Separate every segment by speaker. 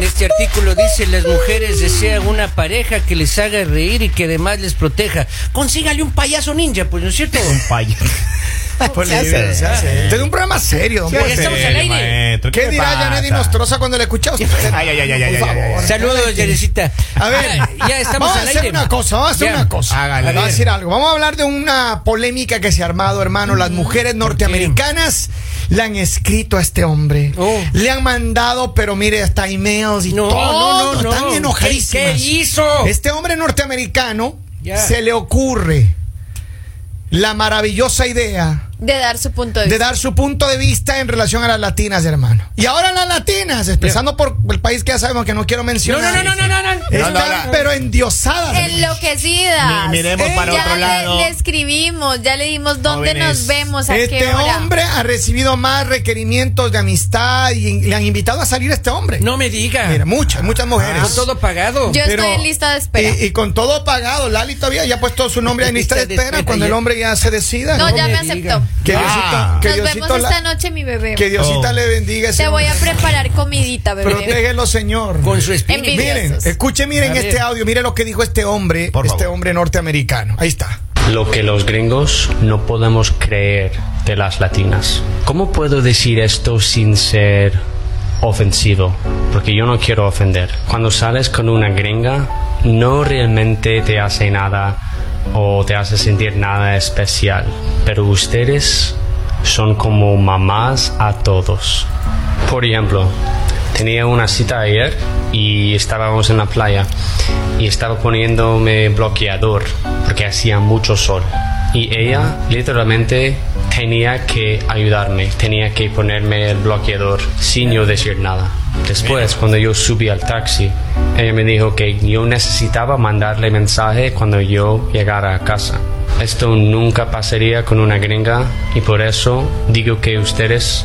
Speaker 1: Este artículo dice, las mujeres desean una pareja que les haga reír y que además les proteja. Consígale un payaso ninja, pues, ¿no es cierto?
Speaker 2: Un payaso.
Speaker 3: Pues libre, se hace. Este es un programa serio.
Speaker 1: Sí,
Speaker 3: hombre.
Speaker 1: ya estamos al aire.
Speaker 2: maestro,
Speaker 3: ¿Qué dirá
Speaker 2: le
Speaker 3: Janet
Speaker 2: pasa?
Speaker 3: Nostrosa cuando la escuchamos?
Speaker 2: Ay, ay, ay, ay, ay,
Speaker 3: Por
Speaker 2: ay, ay.
Speaker 3: favor.
Speaker 1: Saludos, Yarecita.
Speaker 3: A ver,
Speaker 1: Ah, ya estamos
Speaker 3: vamos a
Speaker 1: al
Speaker 3: hacer
Speaker 1: aire.
Speaker 3: una cosa, vamos a hacer
Speaker 1: Ya.
Speaker 3: una cosa.
Speaker 2: Hágale.
Speaker 3: Vamos a
Speaker 2: A ver.
Speaker 3: decir algo. Vamos a hablar de una polémica que se ha armado, hermano. Las mujeres norteamericanas le han escrito a este hombre.
Speaker 1: Oh.
Speaker 3: Le han mandado, pero mire, hasta emails y
Speaker 1: No, no,
Speaker 3: todo.
Speaker 1: no, no.
Speaker 3: Están
Speaker 1: ¿Qué-
Speaker 3: enojadísimas.
Speaker 1: qué hizo?
Speaker 3: Este hombre norteamericano
Speaker 1: Ya.
Speaker 3: se le ocurre la maravillosa idea
Speaker 4: De dar su punto de
Speaker 3: de
Speaker 4: vista.
Speaker 3: dar su punto de vista en relación a las latinas, hermano. Y ahora las latinas, empezando por el país que ya sabemos que no quiero
Speaker 1: No,
Speaker 3: mencionar.
Speaker 1: no, no, no, no, no, no.
Speaker 3: Están,
Speaker 2: No, no, no.
Speaker 3: pero endiosadas.
Speaker 4: Enloquecidas.
Speaker 2: Mi- miremos
Speaker 4: Eh,
Speaker 2: para
Speaker 4: ya
Speaker 2: otro
Speaker 4: le,
Speaker 2: lado.
Speaker 4: le escribimos, ya le dimos dónde
Speaker 2: Jóvenes.
Speaker 4: nos vemos, a qué
Speaker 3: Este
Speaker 4: hora.
Speaker 3: hombre ha recibido más requerimientos de amistad y in- le han invitado a salir a este hombre.
Speaker 1: No me diga.
Speaker 3: Mira, muchas, muchas mujeres.
Speaker 1: Con todo pagado.
Speaker 4: Yo
Speaker 3: Pero- eh,
Speaker 4: estoy en lista de espera.
Speaker 3: Y, y con todo pagado, Lali todavía ya ha puesto su nombre en lista de
Speaker 1: Este
Speaker 3: espera cuando el hombre ya se decida.
Speaker 4: no,
Speaker 3: eh, ¿no?
Speaker 4: ya
Speaker 1: me
Speaker 4: me
Speaker 1: diga.
Speaker 4: aceptó.
Speaker 3: Que Diosito,
Speaker 2: Ah.
Speaker 3: que
Speaker 4: Nos
Speaker 3: Diosito
Speaker 4: vemos
Speaker 3: la-
Speaker 4: esta noche, mi bebé.
Speaker 3: que Diosita
Speaker 2: Oh.
Speaker 3: le bendiga. ese
Speaker 4: Te voy a
Speaker 3: hombre.
Speaker 4: preparar comidita, bebé.
Speaker 3: Protégelo, Señor.
Speaker 1: Con su espíritu.
Speaker 4: Envidia.
Speaker 3: Miren,
Speaker 4: Envidiosos.
Speaker 3: escuchen,
Speaker 1: A
Speaker 3: miren
Speaker 1: ver.
Speaker 3: este audio, miren lo que dijo este hombre,
Speaker 2: Por
Speaker 3: este
Speaker 2: favor.
Speaker 3: hombre norteamericano. Ahí está.
Speaker 5: Lo que los gringos no podemos creer de las latinas. ¿Cómo puedo decir esto sin ser ofensivo? Porque yo no quiero ofender. Cuando sales con una gringa, no realmente te hace nada o te hace sentir nada especial. Pero ustedes son como mamás a todos. Por ejemplo, tenía una cita ayer y estábamos en la playa y estaba poniéndome bloqueador porque hacía mucho sol. Y ella literalmente tenía que ayudarme, tenía que ponerme el bloqueador sin yo decir nada. Después, cuando yo subí al taxi, ella me dijo que yo necesitaba mandarle mensaje cuando yo llegara a casa. Esto nunca pasaría con una gringa y por eso digo que ustedes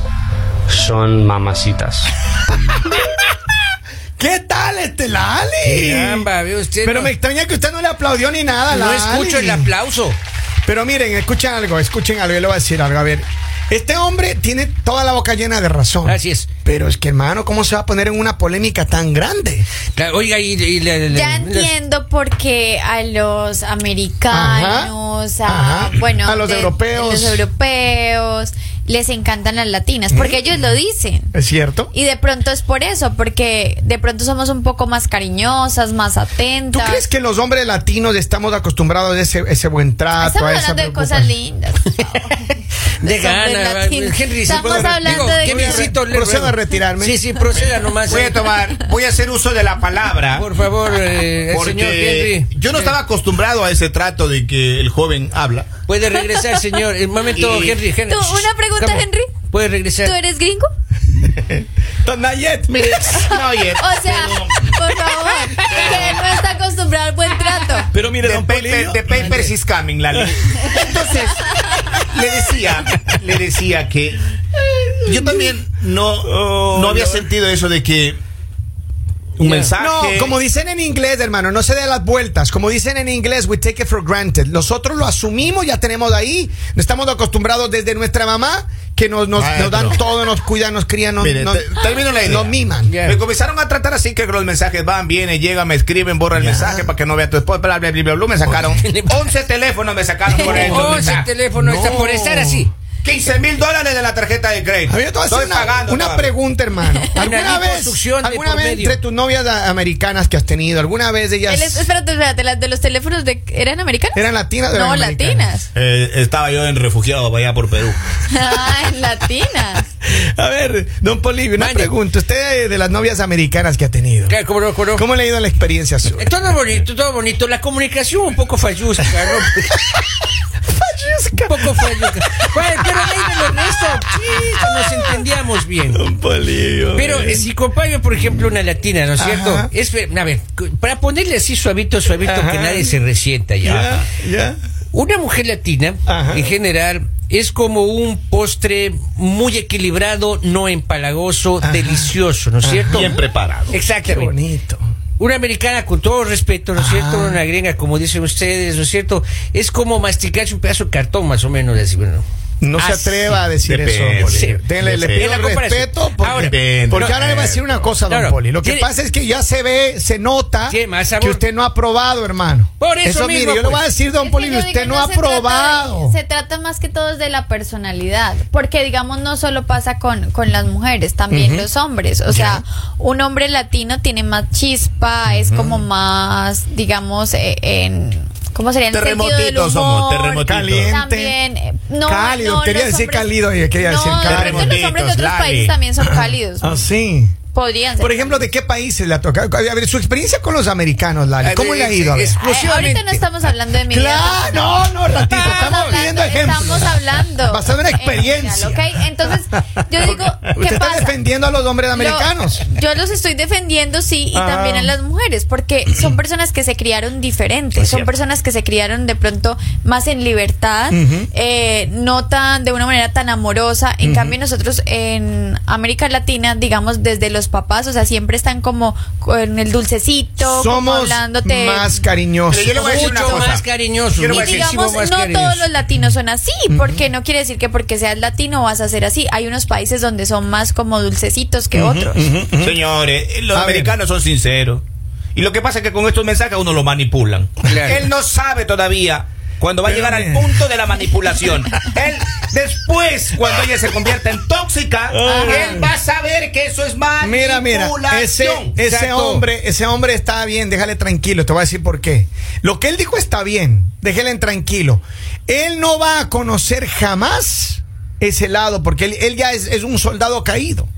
Speaker 5: son mamacitas.
Speaker 3: ¿Qué tal este Lali?
Speaker 1: Caramba, ve usted.
Speaker 3: Pero
Speaker 1: no,
Speaker 3: me extraña que usted no le aplaudió ni nada,
Speaker 1: no
Speaker 3: Lali.
Speaker 1: escucho el aplauso.
Speaker 3: Pero miren, escuchen algo, escuchen algo, yo le voy a decir algo. A ver, este hombre tiene toda la boca llena de razón.
Speaker 1: Así es.
Speaker 3: Pero es que, hermano, ¿cómo se va a poner en una polémica tan grande?
Speaker 1: La- oiga, y, y la- la-
Speaker 4: Ya
Speaker 1: la-
Speaker 4: entiendo por qué a los americanos,
Speaker 3: Ajá,
Speaker 4: a,
Speaker 3: ajá.
Speaker 4: bueno,
Speaker 3: A los europeos.
Speaker 4: los europeos, les encantan las latinas, porque
Speaker 3: Mm.
Speaker 4: ellos lo dicen.
Speaker 3: ¿Es cierto?
Speaker 4: Y de pronto es por eso, porque de pronto somos un poco más cariñosas, más
Speaker 3: ¿Tú
Speaker 4: atentas.
Speaker 3: crees que los hombres latinos estamos acostumbrados a ese, ese buen trato?
Speaker 4: Ah, Estamos
Speaker 3: a esa
Speaker 4: hablando de cosas
Speaker 3: preocupación?
Speaker 4: lindas.
Speaker 1: De
Speaker 4: Los hombres
Speaker 1: gana, va,
Speaker 4: latinos.
Speaker 1: Henry, si
Speaker 4: Estamos
Speaker 1: puedo-
Speaker 4: hablando
Speaker 1: digo,
Speaker 4: de
Speaker 1: ¿qué
Speaker 4: que-
Speaker 1: besito le
Speaker 3: Procedo
Speaker 1: ruego?
Speaker 3: a retirarme.
Speaker 1: Sí, sí, proceda nomás. eh,
Speaker 2: Voy a tomar, voy a hacer uso de la palabra.
Speaker 1: Por favor, eh, el señor
Speaker 2: Porque
Speaker 1: Henry.
Speaker 2: yo no estaba acostumbrado a ese trato de que el joven habla.
Speaker 1: Puede regresar, señor. El momento,
Speaker 2: Y-
Speaker 1: Henry, Henry.
Speaker 4: Tú, una pregunta,
Speaker 1: Calma.
Speaker 4: Henry.
Speaker 1: Puede
Speaker 4: ¿Tú
Speaker 1: regresar.
Speaker 4: eres gringo?
Speaker 3: Tonayet,
Speaker 2: No, oye,
Speaker 4: O sea, por favor, que no está acostumbrado al buen trato.
Speaker 3: Pero mire,
Speaker 2: The
Speaker 3: don
Speaker 2: paper,
Speaker 3: Polillo.
Speaker 2: the papers is coming, Lali. Entonces, le decía, le decía que yo también no, no había sentido eso de que un
Speaker 1: Ya.
Speaker 3: No,
Speaker 2: mensaje.
Speaker 3: como dicen en inglés, hermano, no se dé las vueltas. Como dicen en inglés, we take it for granted. Nosotros lo asumimos, ya tenemos ahí. Estamos acostumbrados desde nuestra mamá, que nos, nos, nos dan
Speaker 2: Maestro.
Speaker 3: todo, nos cuidan, nos crían, nos,
Speaker 2: Mire,
Speaker 3: nos-
Speaker 2: te- termino la idea.
Speaker 3: nos miman.
Speaker 1: Ya.
Speaker 2: Me comenzaron a tratar así que los mensajes van, vienen, llegan, me escriben, borra el mensaje para que no vea tu esposa, bla, bla, bla, bla, bla. Me sacaron 11 teléfonos, me sacaron por eso.
Speaker 1: 11 teléfonos, Oh, está por estar así.
Speaker 2: 15 mil dólares de la tarjeta de crédito.
Speaker 3: A mí yo te voy a hacer
Speaker 2: Estoy
Speaker 3: una,
Speaker 2: pagando.
Speaker 3: una
Speaker 2: todavía.
Speaker 3: pregunta, hermano. ¿Alguna vez,
Speaker 1: liposucción de
Speaker 3: alguna
Speaker 1: por
Speaker 3: vez
Speaker 1: medio.
Speaker 3: entre tus novias a- americanas que has tenido, alguna vez ellas
Speaker 4: Él es- espérate, espérate, las de los teléfonos de, eran americanas.
Speaker 3: eran latinas? o
Speaker 4: No,
Speaker 3: eran
Speaker 4: latinas.
Speaker 6: Eh, estaba yo en refugiado allá por Perú.
Speaker 4: Ah, latinas.
Speaker 3: americanas? A ver, don Polivio, una
Speaker 1: Mande.
Speaker 3: pregunta. Usted eh, de las novias americanas que ha tenido,
Speaker 1: Claro, cómo no, cómo no.
Speaker 3: ¿cómo le ha ido la experiencia suya?
Speaker 1: Eh, Todo bonito, todo bonito. La comunicación un poco fallusca, ¿no? un poco fallusca. Bueno, pero ahí en el resto, sí, nos entendíamos bien. Pero eh, si comparo, por ejemplo, una latina, ¿no es cierto?
Speaker 3: Ajá.
Speaker 1: Es, eh, a ver, cu- para ponerle así suavito, suavito,
Speaker 3: Ajá.
Speaker 1: que nadie se resienta ya.
Speaker 3: Ya, ya.
Speaker 1: Una mujer latina,
Speaker 3: Ajá.
Speaker 1: en general, es como un postre muy equilibrado, no empalagoso, delicioso, ¿no es cierto?
Speaker 6: Bien preparado.
Speaker 3: Qué
Speaker 1: Exactamente.
Speaker 3: bonito.
Speaker 1: Una americana, con todo respeto, ¿no es cierto? Una gringa, como dicen ustedes, ¿no es cierto? Es como masticarse un pedazo de cartón, más o menos. así, bueno.
Speaker 3: No se
Speaker 1: Ah,
Speaker 3: atreva a decir
Speaker 6: Depende.
Speaker 3: eso, Poli.
Speaker 6: Sí.
Speaker 3: Denle- le
Speaker 6: Depende.
Speaker 3: pido
Speaker 1: Es la comparación.
Speaker 3: respeto porque,
Speaker 1: Ahora,
Speaker 3: porque
Speaker 6: Depende.
Speaker 3: ahora le voy a decir una cosa, don
Speaker 1: Claro.
Speaker 3: Poli. Lo que
Speaker 1: Tiene-
Speaker 3: pasa es que ya se ve, se nota
Speaker 1: Tiene más sabor.
Speaker 3: que usted no ha probado, hermano.
Speaker 1: Por eso
Speaker 3: mire,
Speaker 1: mismo,
Speaker 3: yo le voy a
Speaker 1: pues.
Speaker 3: decir, don
Speaker 4: Es
Speaker 3: Poli,
Speaker 4: que yo
Speaker 3: usted
Speaker 4: digo,
Speaker 3: no, ha
Speaker 4: se trata de-
Speaker 3: probado.
Speaker 4: se trata más que todo de la personalidad, porque digamos no solo pasa con, con las mujeres, también los hombres. O sea, un hombre latino tiene más chispa, es como más, digamos, eh, en... ¿Cómo sería? En el sentido del
Speaker 6: Terremotitos somos,
Speaker 4: humor,
Speaker 6: terremotitos.
Speaker 3: Caliente.
Speaker 4: También, eh, no,
Speaker 3: Cálido,
Speaker 4: no,
Speaker 3: quería
Speaker 4: los
Speaker 3: decir
Speaker 4: hombres-
Speaker 3: cálido y quería decir
Speaker 4: No,
Speaker 3: cálido.
Speaker 4: de pronto los hombres de otros
Speaker 6: Terremotitos,
Speaker 4: países
Speaker 6: Lali.
Speaker 4: también son cálidos.
Speaker 3: Ah, sí.
Speaker 4: Podrían ser.
Speaker 3: Por ejemplo, ¿de qué países le ha tocado? A ver, su experiencia con los americanos, Lali.
Speaker 1: A
Speaker 3: ¿Cómo
Speaker 1: ver,
Speaker 3: le ha ido? A ver.
Speaker 1: es-
Speaker 4: Eh, ahorita no estamos hablando de mi vida.
Speaker 3: Claro, no, no, ratito. Estamos
Speaker 4: hablando-
Speaker 3: pidiendo ejemplos.
Speaker 4: Estamos hablando.
Speaker 3: Basado en
Speaker 4: en
Speaker 3: experiencia.
Speaker 4: mundial, ¿ok? Entonces, yo digo,
Speaker 3: Usted
Speaker 4: ¿qué
Speaker 3: está
Speaker 4: pasa?
Speaker 3: defendiendo a los hombres americanos.
Speaker 4: Lo- yo los estoy defendiendo, sí, y también a las mujeres, porque son personas que se criaron diferentes, son personas que se criaron de pronto más en libertad, eh, no tan de una manera tan amorosa. En cambio, nosotros en América Latina, digamos, desde los papás, o sea, siempre están como con el dulcecito, como
Speaker 3: Somos
Speaker 4: hablándote.
Speaker 3: más cariñosos.
Speaker 6: Pero yo le voy a decir una
Speaker 1: Mucho
Speaker 6: cosa.
Speaker 1: más cariñoso.
Speaker 6: Yo le voy
Speaker 4: Y
Speaker 6: a decir-
Speaker 4: digamos,
Speaker 1: muchísimo más
Speaker 4: no
Speaker 1: cariñoso.
Speaker 4: todos los latinos son así, porque no quiere decir que porque seas latino vas a ser así. Hay unos países donde son más como dulcecitos que otros.
Speaker 6: Señores, eh, los
Speaker 3: A ver.
Speaker 6: americanos son sinceros. Y lo que pasa es que con estos mensajes a uno lo manipulan.
Speaker 1: Claro.
Speaker 6: Él no sabe todavía cuando va a llegar al punto de la manipulación. él, después, cuando ella se convierta en tóxica,
Speaker 4: Ah.
Speaker 6: él va a saber que eso es manipulación.
Speaker 3: Mira, mira, ese, ese
Speaker 6: Exacto.
Speaker 3: hombre, ese hombre está bien, déjale tranquilo, te voy a decir por qué. Lo que él dijo está bien, déjale en tranquilo. Él no va a conocer jamás ese lado, porque él, él ya es, es un soldado caído.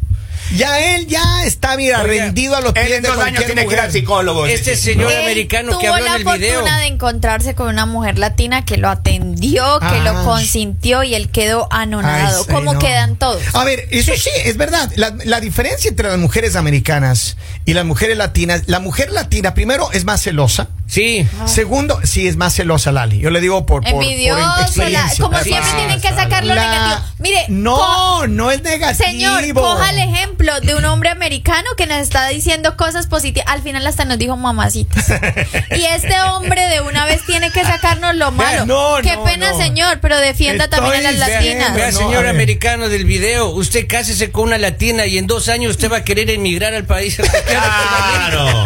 Speaker 3: Ya él ya está, mira,
Speaker 1: Oye,
Speaker 3: rendido a los
Speaker 6: Él
Speaker 3: pies
Speaker 6: en
Speaker 3: de
Speaker 6: dos años
Speaker 3: cualquier
Speaker 6: tiene que ir al
Speaker 3: mujer.
Speaker 6: psicólogo.
Speaker 1: Este
Speaker 6: Sí, sí.
Speaker 1: señor
Speaker 4: Él
Speaker 1: americano que
Speaker 4: tuvo
Speaker 1: habló en
Speaker 4: la
Speaker 1: el video.
Speaker 4: fortuna de encontrarse con una mujer latina que lo atendió, que
Speaker 3: Ah.
Speaker 4: lo consintió y él quedó anonadado.
Speaker 3: Ay, sí,
Speaker 4: ¿Cómo
Speaker 3: no. Ah,
Speaker 4: quedan todos?
Speaker 3: A ver, eso sí, es verdad. La, la diferencia entre las mujeres americanas y las mujeres latinas, la mujer latina, primero, es más celosa.
Speaker 1: Sí.
Speaker 3: Segundo, sí, es más celosa Lali. Yo le digo por, por, por
Speaker 4: Envidioso, la-
Speaker 3: experiencia. Ah.
Speaker 4: como
Speaker 1: Así
Speaker 4: siempre
Speaker 1: es.
Speaker 4: tienen que sacar lo
Speaker 3: La-
Speaker 4: negativo. Mire, co-
Speaker 3: no, no es negativo.
Speaker 4: Señor, coja el ejemplo de un hombre americano que nos está diciendo cosas positivas. Al final hasta nos dijo mamacitas. y este hombre de una vez tiene que sacarnos lo malo.
Speaker 3: no,
Speaker 4: Qué
Speaker 3: no,
Speaker 4: pena,
Speaker 3: no.
Speaker 4: señor, pero defienda también a las
Speaker 3: Estoy diciendo,
Speaker 4: latinas.
Speaker 1: Vea,
Speaker 3: No,
Speaker 1: señor
Speaker 3: a ver.
Speaker 1: americano del video, usted cásese con una latina y en dos años usted va a querer emigrar al país.
Speaker 6: Claro.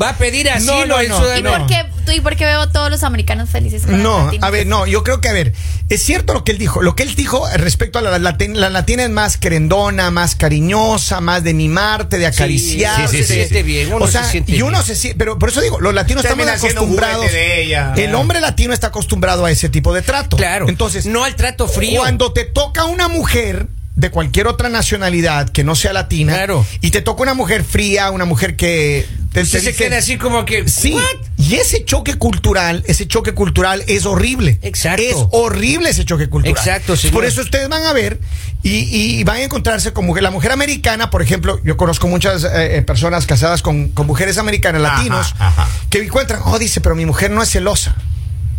Speaker 1: Va a pedir asilo
Speaker 3: No, no,
Speaker 1: en
Speaker 3: no.
Speaker 4: ¿Y,
Speaker 1: Sudamérica.
Speaker 4: por qué, tú- ¿Y por qué veo todos los americanos felices? con los
Speaker 3: No,
Speaker 4: latinos?
Speaker 3: a ver, no, yo creo que, a ver, es cierto lo que él dijo. Lo que él dijo respecto a la latina, la latina es más crendona, más cariñosa, más de mimarte, de acariciar.
Speaker 1: sí, sí, se siente bien, uno
Speaker 3: o sea,
Speaker 1: se siente
Speaker 3: y uno
Speaker 1: bien.
Speaker 3: se siente, pero por eso digo, los latinos
Speaker 6: Termina
Speaker 3: estamos
Speaker 6: siendo un juguete
Speaker 3: acostumbrados.
Speaker 6: de ella.
Speaker 3: El hombre latino está acostumbrado a ese tipo de trato.
Speaker 1: Claro.
Speaker 3: Entonces,
Speaker 1: no al trato frío.
Speaker 3: Cuando te toca una mujer de cualquier otra nacionalidad que no sea latina
Speaker 1: Claro.
Speaker 3: y te toca una mujer fría, una mujer que te,
Speaker 1: usted
Speaker 3: te
Speaker 1: se
Speaker 3: dice-
Speaker 1: queda así como que.
Speaker 3: Sí.
Speaker 1: "What?".
Speaker 3: Y ese choque cultural, ese choque cultural es horrible.
Speaker 1: Exacto.
Speaker 3: Es horrible ese choque cultural.
Speaker 1: Exacto, señor.
Speaker 3: Por eso ustedes van a ver y, y van a encontrarse con mujer. La mujer americana, por ejemplo, yo conozco muchas eh, eh, personas casadas con, con mujeres americanas,
Speaker 6: Ajá,
Speaker 3: latinos,
Speaker 6: ajá.
Speaker 3: que encuentran, oh, dice, pero mi mujer no es celosa.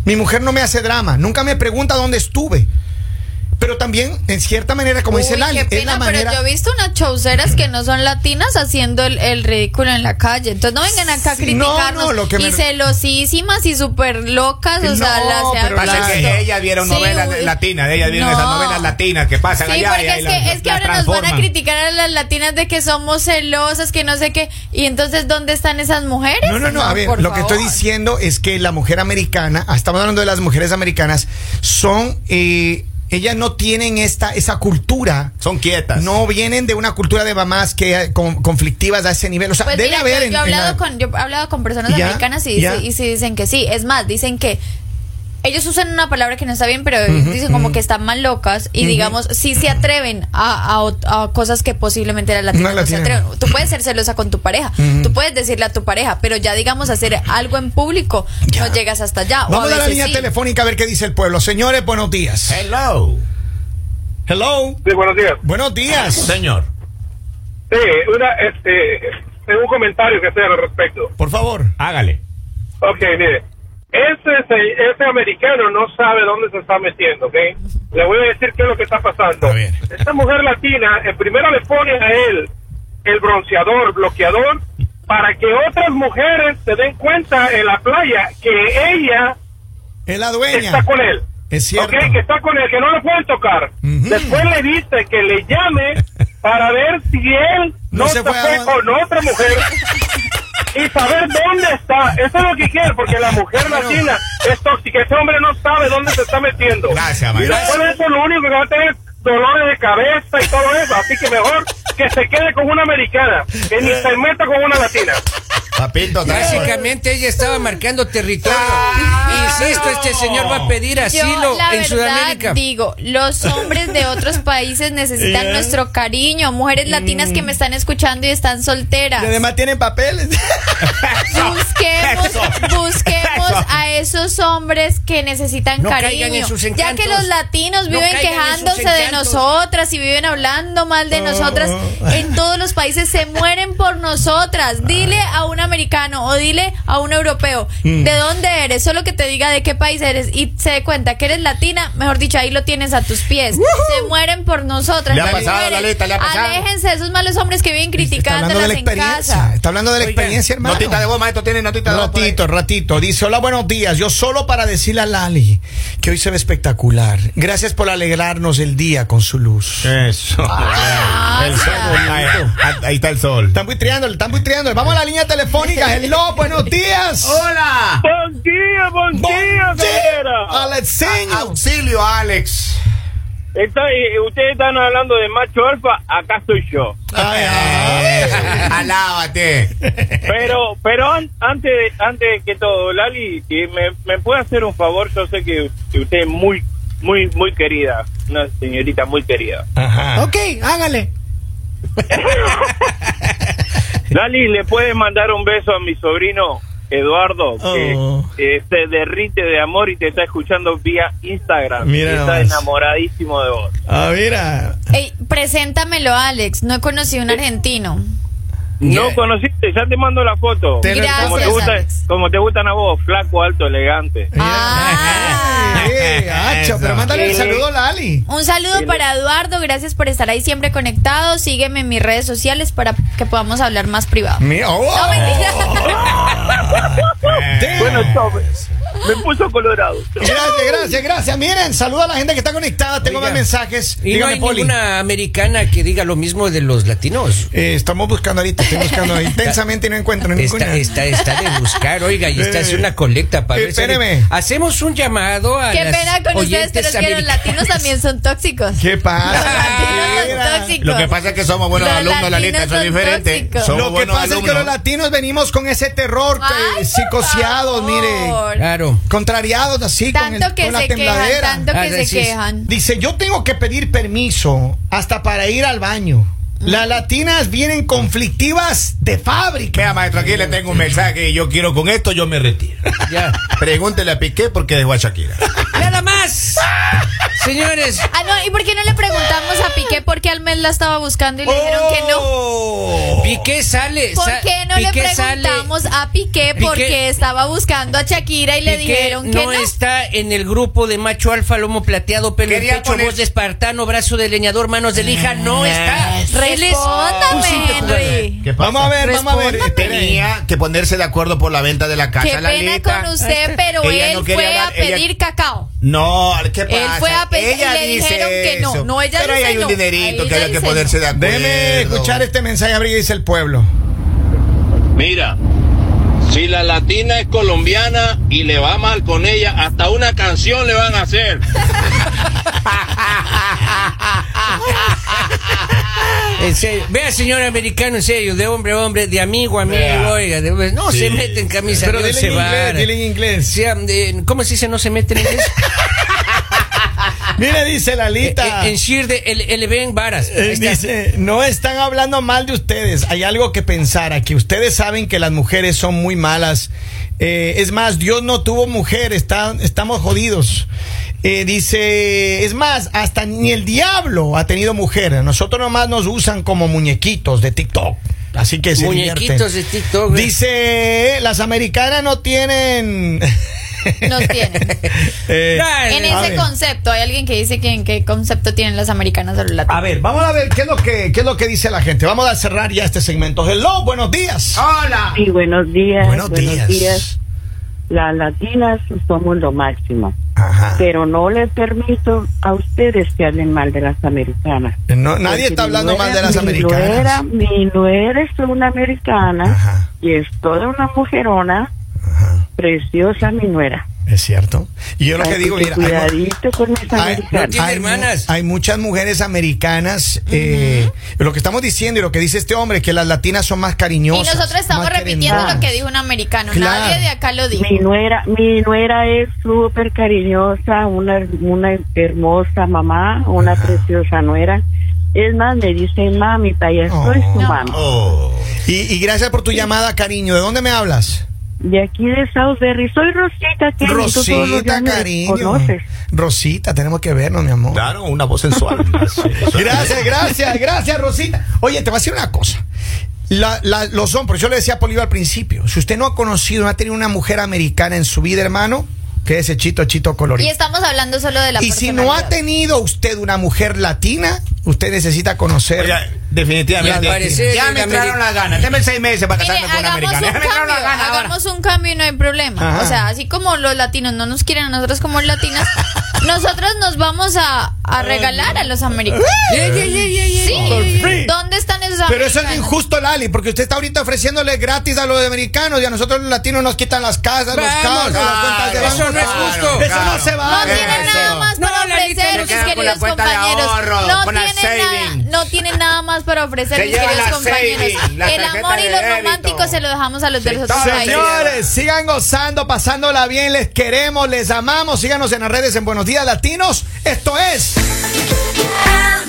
Speaker 3: Mi mujer no me hace drama. Nunca me pregunta dónde estuve. Pero también, en cierta manera, como
Speaker 4: Uy,
Speaker 3: dice Lali,
Speaker 4: qué
Speaker 3: es la
Speaker 4: pena,
Speaker 3: manera.
Speaker 4: pero yo he visto unas chauceras que no son latinas haciendo el, el ridículo en la calle. Entonces no vengan acá a
Speaker 3: Sí, no,
Speaker 4: criticarnos.
Speaker 3: no, lo que
Speaker 4: y
Speaker 3: me-
Speaker 4: celosísimas y súper locas. O sea,
Speaker 3: No,
Speaker 4: las
Speaker 3: pero
Speaker 6: Pasa
Speaker 3: Claro.
Speaker 6: que ellas vieron
Speaker 4: Sí,
Speaker 6: novelas
Speaker 4: uy.
Speaker 6: latinas, ellas vieron esas
Speaker 4: No.
Speaker 6: novelas latinas que pasan
Speaker 4: Sí,
Speaker 6: allá.
Speaker 4: porque
Speaker 6: y
Speaker 4: es
Speaker 6: ahí
Speaker 4: que,
Speaker 6: las-
Speaker 4: es que
Speaker 6: las
Speaker 4: ahora nos van a
Speaker 6: transforman.
Speaker 4: criticar a las latinas de que somos celosas, que no sé qué. Y entonces, ¿dónde están esas mujeres?
Speaker 3: No, no, no, a ver,
Speaker 4: por
Speaker 3: lo que estoy
Speaker 4: favor.
Speaker 3: diciendo es que la mujer americana, ah, estamos hablando de las mujeres americanas, son, eh, ellas no tienen esta, esa cultura.
Speaker 6: Son quietas.
Speaker 3: No vienen de una cultura de mamás que eh, con- conflictivas a ese nivel. O sea,
Speaker 4: Pues
Speaker 3: debe
Speaker 4: mira,
Speaker 3: haber
Speaker 4: yo,
Speaker 3: en-
Speaker 4: yo he
Speaker 3: en
Speaker 4: hablado
Speaker 3: la-
Speaker 4: con, yo he hablado con personas
Speaker 3: Ya,
Speaker 4: americanas y,
Speaker 3: ya.
Speaker 4: dice- y sí dicen que sí. Es más, dicen que ellos usan una palabra que no está bien, pero dicen como que están mal locas y digamos, sí se atreven a, a ot- a cosas que posiblemente la latina
Speaker 3: Una
Speaker 4: no se
Speaker 3: latina.
Speaker 4: atreven. Tú puedes ser celosa con tu pareja, tú puedes decirle a tu pareja, pero ya digamos hacer algo en público,
Speaker 3: Ya.
Speaker 4: no llegas hasta allá. o
Speaker 3: Vamos a la
Speaker 4: veces
Speaker 3: línea
Speaker 4: sí.
Speaker 3: telefónica a ver qué dice el pueblo. Señores, buenos días.
Speaker 6: Hello. Hello.
Speaker 7: Sí, buenos días.
Speaker 3: Buenos días.
Speaker 6: Señor,
Speaker 7: Sí, una, este, tengo un comentario que hacer al respecto.
Speaker 6: por favor, hágale.
Speaker 7: Ok, mire. Ese, se- ese americano no sabe dónde se está metiendo, ¿ok? Le voy a decir qué es lo que está pasando.
Speaker 6: A ver.
Speaker 7: Esta mujer latina, eh, primero le pone a él el bronceador, bloqueador, para que otras mujeres se den cuenta en la playa que ella
Speaker 3: Es la dueña.
Speaker 7: está con él.
Speaker 3: Es cierto.
Speaker 7: Ok, que está con el que no lo pueden tocar.
Speaker 3: Ujú.
Speaker 7: Después le dice que le llame para ver si él
Speaker 3: No
Speaker 7: no,
Speaker 3: se
Speaker 7: se
Speaker 3: fue
Speaker 7: fue
Speaker 3: a-
Speaker 7: con otra mujer. Y saber dónde está, eso es lo que quiere, porque la mujer latina es tóxica, ese hombre no sabe dónde se está metiendo.
Speaker 2: Gracias,
Speaker 7: Y
Speaker 2: Mayra.
Speaker 7: después de eso lo único que va a tener es dolores de cabeza y todo eso, así que mejor que se quede con una americana, que
Speaker 3: Eh.
Speaker 7: ni se meta con una latina.
Speaker 2: Papito, trae.
Speaker 1: Básicamente ella estaba marcando territorio.
Speaker 2: Ah,
Speaker 1: Insisto, este señor va a pedir
Speaker 4: Yo,
Speaker 1: asilo
Speaker 4: la
Speaker 1: en
Speaker 4: verdad,
Speaker 1: Sudamérica.
Speaker 4: digo, los hombres de otros países necesitan nuestro cariño. Mujeres latinas que me están escuchando y están solteras.
Speaker 3: Y además tienen papeles.
Speaker 4: Busquemos,
Speaker 2: Eso.
Speaker 4: busquemos
Speaker 2: Eso.
Speaker 4: a esos hombres que necesitan
Speaker 1: No
Speaker 4: cariño.
Speaker 1: caigan en sus
Speaker 4: ya
Speaker 1: encantos.
Speaker 4: que los latinos
Speaker 1: No
Speaker 4: viven
Speaker 1: caigan en
Speaker 4: quejándose
Speaker 1: sus
Speaker 4: de
Speaker 1: encantos.
Speaker 4: nosotras y viven hablando mal de nosotras, en todos los países se mueren por nosotras. Dile a un americano o dile a un europeo de dónde eres, solo que te diga de qué país eres y se dé cuenta que eres latina, mejor dicho, ahí lo tienes a tus pies. Se mueren por nosotras.
Speaker 2: Le ha
Speaker 4: las
Speaker 2: pasado,
Speaker 4: mujeres.
Speaker 2: Lalita, le ha pasado.
Speaker 4: Aléjense de esos malos hombres que viven
Speaker 3: Está hablando de
Speaker 4: criticándolas
Speaker 3: la
Speaker 4: en casa.
Speaker 3: experiencia. Está hablando de la experiencia, hermano.
Speaker 2: Notita de voz, maestro, tiene notita de voz. por ahí?
Speaker 3: Ratito, ratito. Dice, hola, buenos días. Yo solo para decirle a Lali que hoy se ve espectacular. Gracias por alegrarnos el día con su luz.
Speaker 2: Eso.
Speaker 4: Ah,
Speaker 2: El sol, ahí, Ah, ahí está el sol.
Speaker 3: Están buitreándole, están buitreándole. Vamos a la línea telefónica. Hello, buenos días.
Speaker 2: ¡Hola!
Speaker 7: Buen día, buen,
Speaker 3: Buen
Speaker 7: día, señora.
Speaker 3: Alexeño.
Speaker 2: Auxilio, Alex.
Speaker 7: Está- y- y ustedes están hablando de macho alfa, acá soy yo.
Speaker 3: Ay,
Speaker 2: Eso, Alábate.
Speaker 7: Pero, pero an- antes, de- antes que todo, Lali, y me, me puede hacer un favor, yo sé que, que usted es muy, muy, muy querida, una señorita muy querida.
Speaker 3: Ajá.
Speaker 8: Ok, hágale.
Speaker 7: Lali, ¿le puede mandar un beso a mi sobrino Eduardo, que
Speaker 3: Oh.
Speaker 7: eh, se derrite de amor y te está escuchando vía Instagram?
Speaker 3: Mira
Speaker 7: está
Speaker 3: nomás.
Speaker 7: enamoradísimo de vos.
Speaker 3: Ah, mira.
Speaker 4: Ey, preséntamelo, Alex. No he conocido un argentino.
Speaker 7: No conociste, ya te mando la foto.
Speaker 3: Te lo-
Speaker 7: como, te
Speaker 4: Gracias,
Speaker 7: gusta-
Speaker 4: Alex.
Speaker 7: como te gustan a vos, flaco, alto, elegante.
Speaker 4: Ah.
Speaker 3: Eh, hacho, pero mándale el
Speaker 7: Sí.
Speaker 3: saludo a Lali.
Speaker 4: Un saludo para Eduardo, gracias por estar ahí siempre conectado. Sígueme en mis redes sociales para que podamos hablar más privado.
Speaker 3: Mira, oh.
Speaker 4: No, mentira.
Speaker 7: Bueno, chao, pues. Me puso colorado.
Speaker 3: Gracias, gracias, gracias. Miren, saludo a la gente que está conectada. Tengo
Speaker 1: Oiga.
Speaker 3: más mensajes.
Speaker 1: Y no
Speaker 3: Dígame,
Speaker 1: hay
Speaker 3: Poli.
Speaker 1: ninguna americana que diga lo mismo de los latinos.
Speaker 3: Eh, estamos buscando ahorita, estoy buscando intensamente y no encuentro
Speaker 1: Está,
Speaker 3: ninguna.
Speaker 1: está, está de buscar, oiga, y está haciendo
Speaker 3: Eh,
Speaker 1: una colecta para ver si-
Speaker 3: espéreme.
Speaker 1: Hacemos un llamado a
Speaker 4: Qué
Speaker 1: las
Speaker 4: pena con ustedes, pero
Speaker 1: oyentes
Speaker 4: es que los
Speaker 1: americanas.
Speaker 4: latinos también son tóxicos.
Speaker 3: ¿Qué
Speaker 4: Los latinos son
Speaker 3: pasa?
Speaker 4: tóxicos.
Speaker 2: Lo que pasa es que somos buenos
Speaker 4: Los
Speaker 2: alumnos, la lista
Speaker 4: latinos
Speaker 2: es
Speaker 4: son
Speaker 2: diferente.
Speaker 4: tóxicos.
Speaker 2: Somos
Speaker 3: Lo que
Speaker 2: buenos
Speaker 3: pasa es que
Speaker 2: alumnos.
Speaker 3: los latinos venimos con ese terror
Speaker 4: Ay,
Speaker 3: eh,
Speaker 4: por
Speaker 3: psicoseados,
Speaker 4: favor.
Speaker 3: mire.
Speaker 1: Claro.
Speaker 3: Contrariados así con,
Speaker 4: Tanto
Speaker 3: el-
Speaker 4: que
Speaker 3: con la
Speaker 4: se quejan,
Speaker 3: tembladera.
Speaker 4: tanto
Speaker 1: Ah,
Speaker 4: que se
Speaker 1: sí, sí.
Speaker 4: quejan.
Speaker 3: Dice, yo tengo que pedir permiso hasta para ir al baño.
Speaker 4: Mm.
Speaker 3: Las latinas vienen conflictivas de fábrica.
Speaker 2: Vea, maestro, aquí le tengo un mensaje y yo quiero con esto, yo me retiro.
Speaker 1: Ya.
Speaker 2: Pregúntele a Piqué porque dejó a Shakira.
Speaker 1: Nada más. Señores.
Speaker 4: Ah, no, ¿y por qué no le preguntamos a Piqué por qué Almés la estaba buscando y le dijeron que no?
Speaker 1: Piqué sale.
Speaker 4: ¿Por
Speaker 1: sa-
Speaker 4: qué no
Speaker 1: Piqué
Speaker 4: le
Speaker 1: sale-
Speaker 4: preguntamos a Piqué por
Speaker 1: Piqué-
Speaker 4: qué estaba buscando a Shakira y le
Speaker 1: Piqué
Speaker 4: dijeron que no?
Speaker 1: está en el grupo de macho alfa, lomo plateado, pelo en
Speaker 2: Quería
Speaker 1: pecho,
Speaker 2: poner-
Speaker 1: voz de espartano, brazo de leñador, manos de lija.
Speaker 4: Ah,
Speaker 1: No está. Él es un simple
Speaker 4: Respóndame,
Speaker 1: jugador.
Speaker 4: Henry.
Speaker 2: ¿Qué
Speaker 3: Vamos a ver, vamos a ver.
Speaker 2: Tenía que ponerse de acuerdo por la venta de la casa.
Speaker 4: Qué pena
Speaker 2: Lalita.
Speaker 4: con usted, pero
Speaker 2: Ella
Speaker 4: él
Speaker 2: no quería
Speaker 4: fue a
Speaker 2: hablar, ella-
Speaker 4: pedir cacao.
Speaker 2: No, ¿qué pasa?
Speaker 4: Él fue a pedir y le
Speaker 2: dice
Speaker 4: dijeron que no.
Speaker 2: eso.
Speaker 4: No, ella
Speaker 2: Pero
Speaker 4: dice
Speaker 2: ahí hay un
Speaker 4: no.
Speaker 2: dinerito
Speaker 4: Ahí
Speaker 2: que
Speaker 4: ella
Speaker 2: hay que
Speaker 4: dice
Speaker 2: ponerse
Speaker 4: no.
Speaker 2: de acuerdo.
Speaker 3: Déjeme escuchar este mensaje, abriga dice el pueblo.
Speaker 9: Mira, si la latina es colombiana y le va mal con ella, hasta una canción le van a hacer.
Speaker 1: En serio. Vea, señor americano, en serio, de hombre a hombre, de amigo a amigo,
Speaker 2: Vea.
Speaker 1: oiga, de- pues, no
Speaker 2: Sí.
Speaker 1: se mete en camisa,
Speaker 3: Pero
Speaker 1: no
Speaker 3: dile
Speaker 1: se
Speaker 3: en
Speaker 1: vara.
Speaker 3: inglés, dile en
Speaker 1: O
Speaker 3: inglés.
Speaker 1: sea, eh, ¿Cómo se dice no se mete en inglés?
Speaker 3: Mire, dice Lalita.
Speaker 1: Eh, eh, en Shir de el, el Ben Varas. Ahí
Speaker 3: Eh,
Speaker 1: está.
Speaker 3: Dice, no están hablando mal de ustedes. Hay algo que pensar aquí. Ustedes saben que las mujeres son muy malas. Eh, es más, Dios no tuvo mujer. Está- estamos jodidos. Eh, dice, es más, hasta ni el diablo ha tenido mujer. A Nosotros nomás nos usan como muñequitos de TikTok. Así que se
Speaker 1: Muñequitos de
Speaker 3: divierten.
Speaker 1: TikTok. güey.
Speaker 3: Dice, las americanas no tienen.
Speaker 4: No tienen.
Speaker 3: Eh,
Speaker 1: Ay,
Speaker 4: En
Speaker 3: a
Speaker 4: ese
Speaker 3: ver.
Speaker 4: concepto, hay alguien que dice que en qué concepto tienen las americanas sobre la
Speaker 3: A ver, vamos a ver qué es lo que qué es lo que dice la gente. Vamos a cerrar ya este segmento. Hello, buenos días.
Speaker 2: Hola.
Speaker 10: Sí, buenos días.
Speaker 3: Buenos días.
Speaker 10: Las latinas somos lo máximo.
Speaker 3: Ajá.
Speaker 8: pero no les permito a ustedes que hablen mal de las americanas.
Speaker 3: No, nadie
Speaker 8: Porque
Speaker 3: está
Speaker 8: mi
Speaker 3: hablando
Speaker 8: nuera-
Speaker 3: mal de las
Speaker 8: mi nuera-
Speaker 3: americanas.
Speaker 8: mi nuera es una americana
Speaker 3: Ajá.
Speaker 8: y es toda una mujerona
Speaker 3: Ajá.
Speaker 8: preciosa mi nuera.
Speaker 3: Es cierto. Y yo lo que
Speaker 8: Así
Speaker 3: digo,
Speaker 8: que
Speaker 3: mira, hay-
Speaker 8: cuidadito con mis
Speaker 3: Ay,
Speaker 1: no
Speaker 8: americanas.
Speaker 1: tiene
Speaker 3: hay mu-
Speaker 1: hermanas.
Speaker 3: Hay muchas mujeres americanas. eh, Lo que estamos diciendo y lo que dice este hombre, que las latinas son más
Speaker 4: Y
Speaker 3: cariñosas.
Speaker 4: nosotros estamos
Speaker 3: más
Speaker 4: repitiendo lo
Speaker 3: querendonas.
Speaker 4: que dijo un americano.
Speaker 3: Claro.
Speaker 4: Nadie de acá lo dijo.
Speaker 8: Mi nuera, mi nuera es súper cariñosa, una, una hermosa mamá, una preciosa nuera. Es más, me dicen mami, pa, ya soy
Speaker 3: Oh.
Speaker 8: su
Speaker 4: No.
Speaker 8: mami.
Speaker 3: Y, y gracias por tu llamada, cariño. ¿De dónde me hablas?
Speaker 8: De aquí de Southberry, soy Rosita, que
Speaker 3: Rosita, cariño.
Speaker 8: conoces.
Speaker 3: Rosita, tenemos que vernos, mi amor.
Speaker 2: Claro, una voz sensual.
Speaker 3: Gracias, gracias, gracias, Rosita. Oye, te voy a decir una cosa. La, la- los hombres, yo le decía a Polivio al principio, si usted no ha conocido, no ha tenido una mujer americana en su vida, hermano, que ese chito, chito colorido.
Speaker 4: Y estamos hablando solo de la
Speaker 3: Y si no ha
Speaker 4: personalidad.
Speaker 3: tenido usted una mujer latina, usted necesita conocer.
Speaker 2: Oiga, definitivamente.
Speaker 1: Y al parecer-
Speaker 2: ya me entraron las ganas. Deme seis meses para
Speaker 4: Mire,
Speaker 2: casarme con una
Speaker 4: hagamos un
Speaker 2: americana. Ya me entraron
Speaker 4: cambio,
Speaker 2: las ganas ahora.
Speaker 4: hagamos un cambio y no hay problema.
Speaker 3: Ajá.
Speaker 4: O sea, así como los latinos no nos quieren a nosotros como latinas, nosotros nos vamos a, a regalar a los americanos.
Speaker 1: Yeah, yeah, yeah, yeah, yeah.
Speaker 4: Sí. ¿Dónde están esos
Speaker 3: Pero eso es
Speaker 4: americanos?
Speaker 3: injusto, Lali, porque usted está ahorita ofreciéndole gratis a los americanos y a nosotros los latinos nos quitan las casas, los
Speaker 1: Vamos,
Speaker 3: carros, las
Speaker 1: claro,
Speaker 3: cuentas de
Speaker 1: eso
Speaker 3: banco.
Speaker 1: no es justo.
Speaker 3: Eso no
Speaker 2: claro.
Speaker 3: se va.
Speaker 4: No tienen nada más
Speaker 1: No,
Speaker 4: para
Speaker 1: Lalita,
Speaker 4: ofrecer,
Speaker 1: se
Speaker 4: mis
Speaker 1: quedan con
Speaker 4: queridos
Speaker 2: la cuenta de
Speaker 4: compañeros.
Speaker 2: ahorro,
Speaker 4: no,
Speaker 2: con las
Speaker 4: tienen
Speaker 2: savings.
Speaker 4: nada, no tienen nada más para ofrecer,
Speaker 2: Se
Speaker 4: mis
Speaker 2: llevan
Speaker 4: queridos
Speaker 2: las
Speaker 4: compañeros.
Speaker 2: savings, la
Speaker 4: el
Speaker 2: tarjeta
Speaker 4: amor y
Speaker 2: de
Speaker 4: los
Speaker 2: débito.
Speaker 4: románticos se lo dejamos a los de los otros países.
Speaker 3: Señores, sigan gozando, pasándola bien, les queremos, les amamos, síganos en las redes en Buenos Días Latinos. Esto es...
Speaker 10: El